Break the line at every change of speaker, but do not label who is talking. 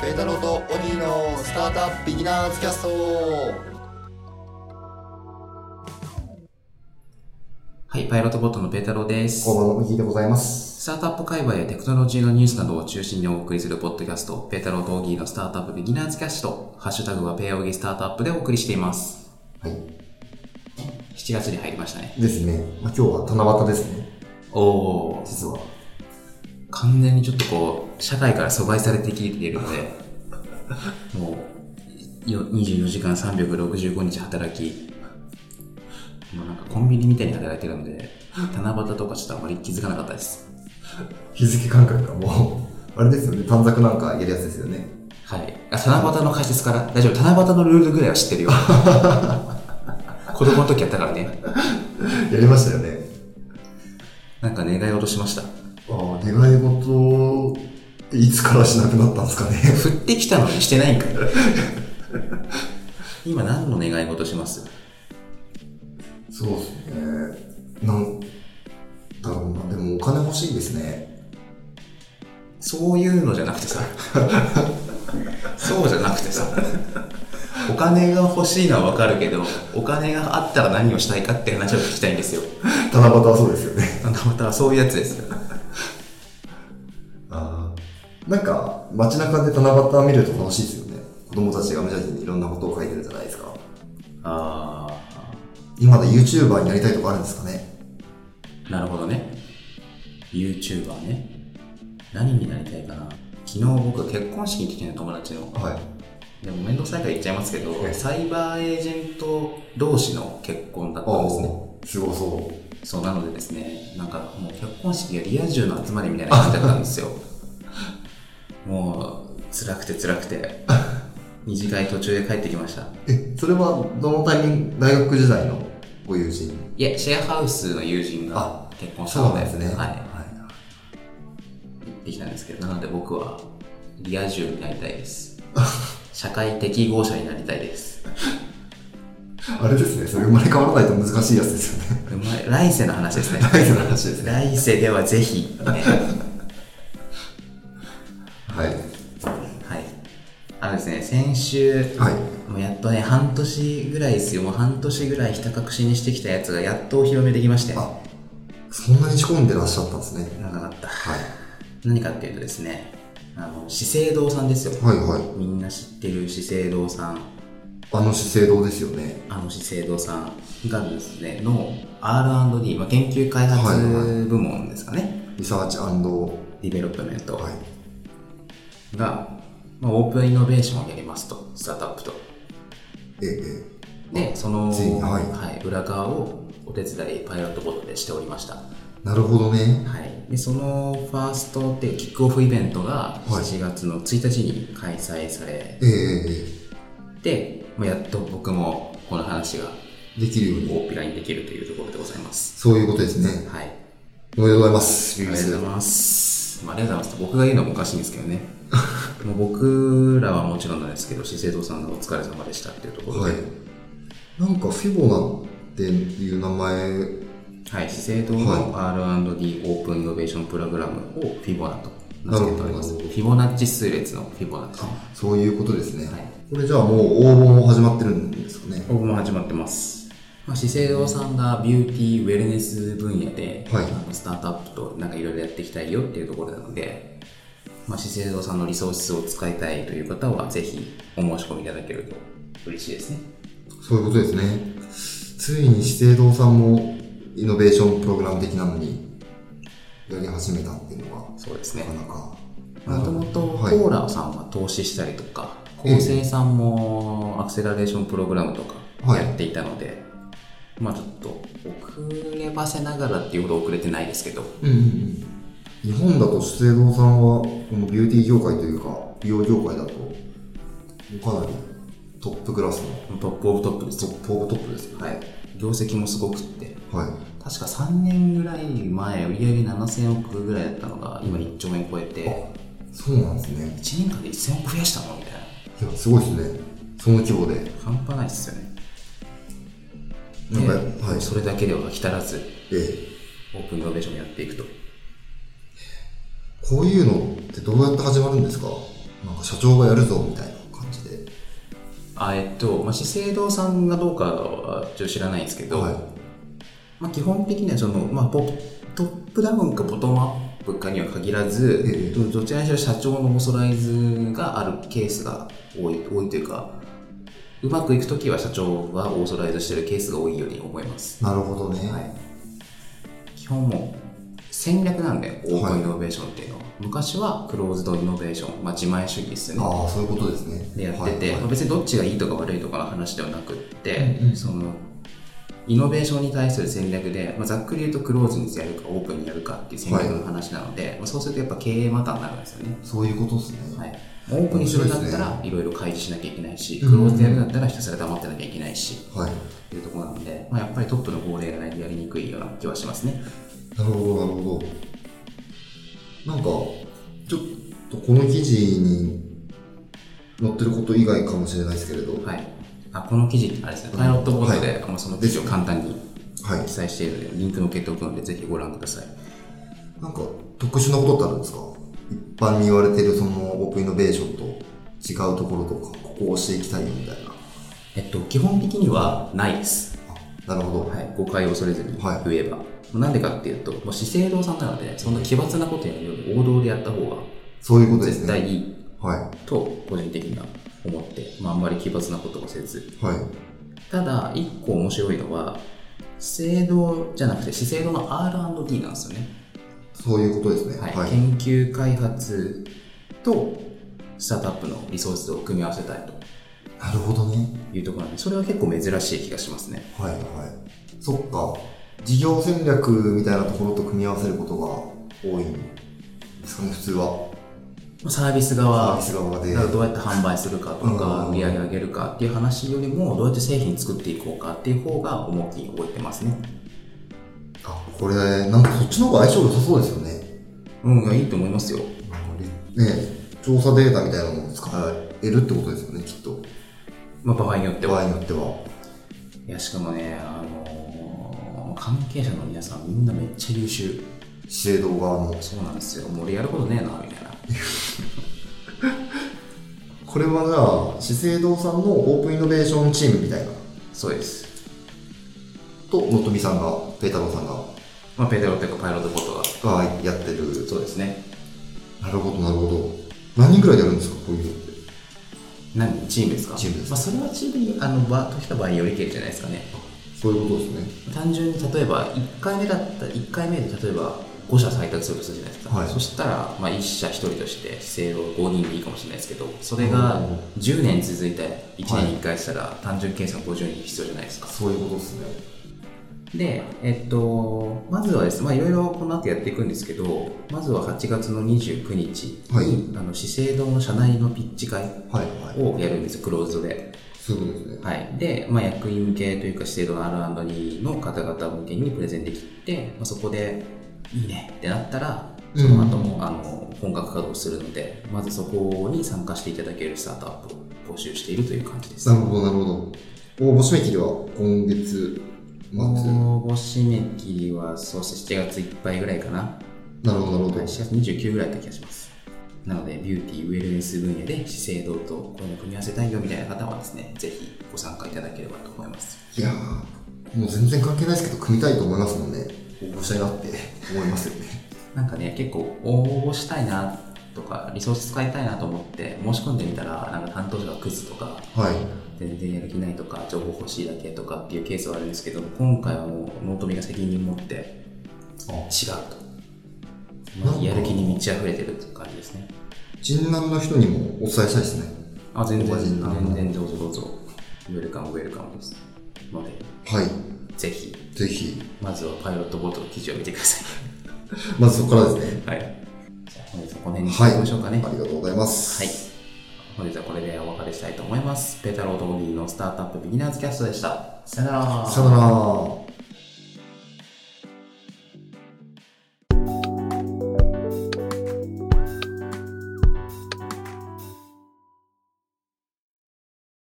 ペータローとオニーのスタートアップビギナーズキャスト
はい、パイロットボットのペータローです。
工場の麦でございます。
スタートアップ界隈やテクノロジーのニュースなどを中心にお送りするポッドキャスト、ペータローとオギーのスタートアップビギナーズキャスト、ハッシュタグはペアオギスタートアップでお送りしています。
はい。
7月に入りましたね。
ですね。まあ、今日は七夕ですね。
おー、
実は。
完全にちょっとこう、社会から阻害されてきているので、もう、よ24時間365日働き、もうなんかコンビニみたいに働いてるので、七夕とかちょっとあまり気づかなかったです。
日付感覚がもう、 あれですよね。短冊なんかやるやつですよね。
はい。あ、七夕の解説から。大丈夫。七夕のルールぐらいは知ってるよ。 子供の時やったからね。
やりましたよね。
なんか願い事しました。
ああ、願い事、いつからしなくなったんですかね。
振っ てきたのにしてないんかい。今何の願い事します
そうですね。なんだろうな。でもお金欲しいですね。
そういうのじゃなくてさ。 そうじゃなくてさ。お金が欲しいのはわかるけど、お金があったら何をしたいかって話を聞きたいんですよ。
七夕はそうですよね。
七夕はそういうやつです。
ああ。なんか、街中で七夕見ると楽しいですよね。子供たちが無邪気にいろんなことを書いてるじゃないですか。
あ
今まで YouTuber になりたいとかあるんですかね。
ー、なるほどね。YouTuber ね。何になりたいかな。昨日僕結婚式に来てる友達の、
はい。
でも面倒くさいから言っちゃいますけど
は、い
サイバーエージェント同士の結婚だったんですね。
ああ、すごそう。
そうなのでですね、なんかもう結婚式がリア充の集まりみたいな感じだったんです よ。もう、辛くて辛くて、二次会途中で帰ってきました。
え、それはどのタイミング、大学時代のご友人
いや、シェアハウスの友人が
あ
結婚したので、
は。
はいい、行ってきたんですけど、なので僕はリア充になりたいです。 社会適合者になりたいです。
あれですね、それ生まれ変わらないと難しいやつですよね。
うまい来世の話ですね。
大事な話ですね。
来世ではぜひ、ね、
はい。
はい。あのですね、先週、
はい。
もうやっとね、半年ぐらいですよ。もう半年ぐらいひた隠しにしてきたやつがやっとお披露目できまして。
あ、そんなに仕込んでらっしゃったんですね。
長かった。
はい。
何かっていうとですね、あの、資生堂さんですよ。
はいはい。
みんな知ってる資生堂さん、
あの資生堂ですよね。
あの資生堂さんがですね、の R&D、まあ、研究開
はい
発
は
部門ですかね、
リサーチは
ディベロップメント
い。
が、まあ、オープンイノベーションをやりますと、スタートアップと。
ええ。
で、その、
ついにはい
はい、裏側をお手伝いパイロットボットでしておりました。
なるほどね。
はい、でそのファーストっていうキックオフイベントが
はい
7月の1日に開催され
えええ
て、まあやっと僕もこの話が
え。できるように。
大っぴらにできるというところでございます。
そういうことですね。
はい、あ
おめでとうございます。
り
リリ
が
ー
とう
ス
ございます。まあ、ありがとうございますって僕が言うのもおかしいんですけどね。 もう僕らはもちろんなんですけど、資生堂さんがお疲れ様でしたっていうところ
は
で、
い。なんかフィボナっていう名前、
はい、資生堂の R&D オープンイノベーションプログラムをフィボナと名付けております。
な
フ
るほど
ィボナッチ数列のフィボナですね。
そういうことですね。
はい
これじゃあもう応募も始まってるんですかね。
応募も始まってます、まあ、資生堂さんがビューティーウェルネス分野で、
はい
あのスタートアップとなんかいろいろやっていきたいよっていうところなので、まあ、資生堂さんのリソースを使いたいという方はぜひお申し込みいただけると嬉しいですね
そういうことですね。ついに資生堂さんもイノベーションプログラム的なのにやり始めたっていうのが、
そうですね
なかなか。
もともとコ
はい
ーラさんは投資したりとか、
ええ
厚生さんもアクセラレーションプログラムとか
はい
やっていたので、まあちょっと遅ればせながらっていうほど遅れてないですけど
うんうんうん日本だと資生堂さんはこのビューティー業界というか美容業界だとかなりトップクラスの
トップオブトップです
トップオブトップですよね
はい、業績もすごくって
はい
確か3年ぐらい前売上7000億ぐらいだったのが今1兆円超えて
そうなんですね
1年間で1000億増やしたのみたいない
やすごいですねその規模で
半端ないっすよね
なんか、
で
はい
それだけでは飽き足らず
ええ
オープンイノベーションやっていくと
こういうのってどうやって始まるんですかなんか社長がやるぞみたいな感じで。
あえっと、まあ、資生堂さんがどうかはちょっと知らないんですけど、
はい
まあ、基本的にはその、まあ、ボトップダウンかボトムアップかには限らず、
ええ
えっとどちらにしろ社長のオーソライズがあるケースが多い多いというかうまくいく時は社長がオーソライズしてるケースが多いように思います
なるほどね。
はい基本もう戦略なんでオープンイノベーションっていうのは、昔はクローズドイノベーション、まあ、自前主義ですね
ああ、そういうことですね。
でやってて、
はい
ま
は
あ
い
別にどっちがいいとか悪いとかの話ではなくって、
うんうん
そのイノベーションに対する戦略で、まあ、ざっくり言うとクローズにやるかオープンにやるかっていう戦略の話なので、まあそうするとやっぱ経営マターになるんですよね、
そういうことですね。
はい、オープンにするんだったらいろいろ開示しなきゃいけないし、クローズでやるんだったらひたすら黙ってなきゃいけないし
はい。
っていうところなので、まあ、やっぱりトップの号令がないとやりにくいような気はしますね
なるほど、なるほど。なんか、ちょっとこの記事に載ってること以外かもしれないですけれど、はい。
はいあこの記事あれですねパイロットボードで、あのその記事を簡単に記載しているのでリンク載っけておくのでぜひご覧ください
なんか特殊なことってあるんですか一般に言われてるそのオープンイノベーションと違うところとか、ここをしていきたいよみたいな。
えっと、基本的にはないです。
あなるほど。
はい、誤解を恐れずに
はい
言えば。な、ん、でかっていうと、もう資生堂さんなので、そんな奇抜なことやるより王道でやった方
そういうこ
が
とです
絶
ね。
対いい
は
と、個人的には思って、まあ、あんまり奇抜なことをせず。
い。はい。
ただ、一個面白いのは、資生堂じゃなくて資生堂の R&D なんですよね。
そういうことですね。
はい
はい。
研究開発とスタートアップのリソースを組み合わせたい
なるほどね。
というところなんで、それは結構珍しい気がしますね。
はいはい。そっか。事業戦略みたいなところと組み合わせることが多いんですかね、普通は。
まあサービス
サー
側
ビス側で。
どうやって販売するかとか
うん
売り上げ上げるかっていう話よりもどうやって製品作っていこうかっていう方が重きを置いてますね
あ、これ、なんかそっちの方が相性良さそうですよね。
うんいやいいと思いますよ
ね調査データみたいなのも使えるってことですよね、きっと。
まあ場合によって
場
は
合によっては。
いやしかもねあのー関係者の皆さんみんなめっちゃ優秀
資生堂側も。
そうなんですよもう俺やることねえなみたいな
これはじゃあ、資生堂さんのオープンイノベーションチームみたいな。
そうです
と、のっとみさんが、ペータローさんが、
まあペテロというかパイロットボートが
がやってる。
そうですね
なるほど、なるほど。何人くらいでやるんですか、こういうのって。
何チームですか
チームです
まあ、それはチームにあの場とした場合によりけるじゃないですかね
そういうことですね。
単純に例えば1回目だった1回目で例えば5社採択するとするじゃないですか、
はい
そしたら、まあ、1社1人として資生堂5人でいいかもしれないですけどそれが10年続いて1年に1回したら、単純計算50人必要じゃないですか
そういうことですね。
でえっとまずはですねまあいろいろこの後やっていくんですけどまずは8月の29日に、
はい
あの資生堂の社内のピッチ会
はいはい。
をやるんですよクローズドで
そういうことですね。
はい、で、まあ、役員向けというか資生堂の R&D の方々向けにプレゼンできて、まあ、そこでいいねってなったらその後も、あの本格稼働するのでまずそこに参加していただけるスタートアップを募集しているという感じです
なるほど、なるほど。応募締め切りは今月末。
応募締め切りはそうですね7月いっぱいぐらいかな、は、
なるほど、ないる
7
ほど。
月29ぐらいだった気がしますなのでビューティーウェルネス分野で資生堂とこういうの組み合わせたいよみたいな方はですねぜひご参加いただければと思います
いやー、もう全然関係ないですけど、組みたいと思いますもんね。応募したいなって思いますよね。
なんかね、結構応募したいなとか、リソース使いたいなと思って、申し込んでみたら、なんか担当者がクズとか、
はい。
全然やる気ないとか、情報欲しいだけとかっていうケースはあるんですけど、今回はもう、ノートミが責任持って、違うと。
なん
まあ、
か
やる気に満ち溢れてるって感じですね。
人南の人にもお伝えしたいですね。
あ、全然、
個人な
全然どうぞどうぞ。ウェルカムウェルカムです。ので、
はい。
ぜひ、
ぜひ、
まずはパイロットボートの記事を見てくださ
まずそこからですね。
い。 はい。じゃあ、本日はこの辺にして
は
お
い。
きましょうかね。
ありがとうございます。
はい。本日はこれでお別れしたいと思います。ペータローとモディのスタートアップビギナーズキャストでした。さよなら。
さよなら。